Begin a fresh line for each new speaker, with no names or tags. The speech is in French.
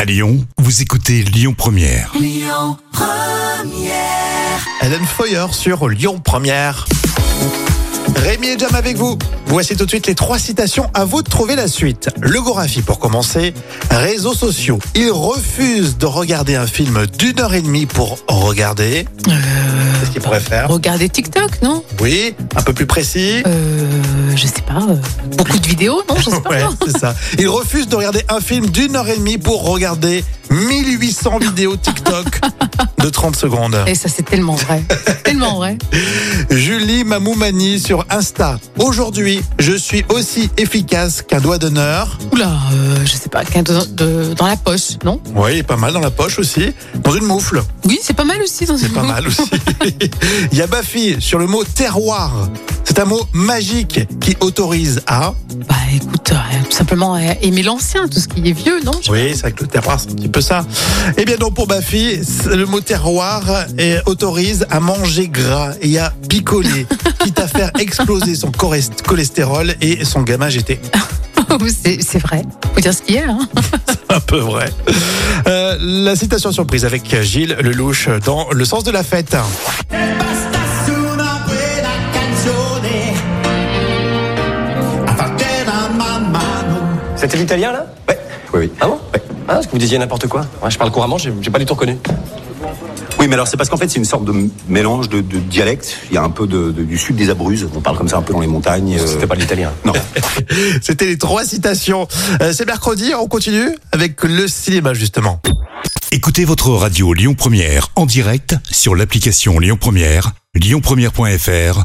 À Lyon, vous écoutez Lyon Première.
Hélène Foyer sur Lyon Première. Rémi et Jam avec vous. Voici tout de suite les trois citations. À vous de trouver la suite. Le Gorafi pour commencer. Réseaux sociaux. Il refuse de regarder un film d'une heure et demie pour regarder. Qu'est-ce qu'il pourrait faire
Regardez TikTok, non
Oui, un peu plus précis.
euh, Je sais pas. euh, beaucoup de vidéos, non Je sais pas.
Ouais,
Euh, non
c'est ça. Il refuse de regarder un film d'une heure et demie pour regarder 1800 vidéos TikTok de 30 secondes.
Et ça, c'est tellement vrai. C'est tellement vrai.
Julie Mamoumani sur Insta. Aujourd'hui, je suis aussi efficace qu'un doigt d'honneur.
Oula, euh, je sais pas. qu'un de- de- dans la poche, non
Oui, pas mal dans la poche aussi. Dans une moufle,
Oui, c'est pas mal aussi. Dans
c'est pas mal aussi. Il y a Bafi sur le mot terroir. C'est un mot magique qui autorise à.
Bah écoute, euh, tout simplement euh, aimer l'ancien, tout ce qui est vieux, non
Oui, c'est vrai que le terroir, c'est un petit peu ça. Eh bien, donc pour Bafi, le mot terroir euh, autorise à manger gras et à picoler, quitte à faire exploser son chorest- cholestérol et son gamma GT.
c'est c'est vrai. Faut dire ce qu'il y a. Hein.
Un peu vrai. Euh, la citation surprise avec Gilles Lelouch dans Le sens de la fête.
Basta una buona canzone a parte da mano.
C'était l'italien là
Ouais, oui, oui.
Ah bon Ouais. Ah, parce que vous disiez n'importe quoi. Ouais, je parle couramment, j'ai j'ai pas du tout reconnu.
Oui, mais alors c'est parce qu'en fait c'est une sorte de m- mélange de, de dialectes. Il y a un peu de, de- du sud des Abruzes. On parle comme ça un peu dans les montagnes. euh,
C'était pas de l'italien.
Non.
C'était les trois citations. Euh, C'est mercredi, on continue avec le cinéma justement.
Écoutez votre radio Lyon Première en direct sur l'application Lyon Première, lyonpremière.fr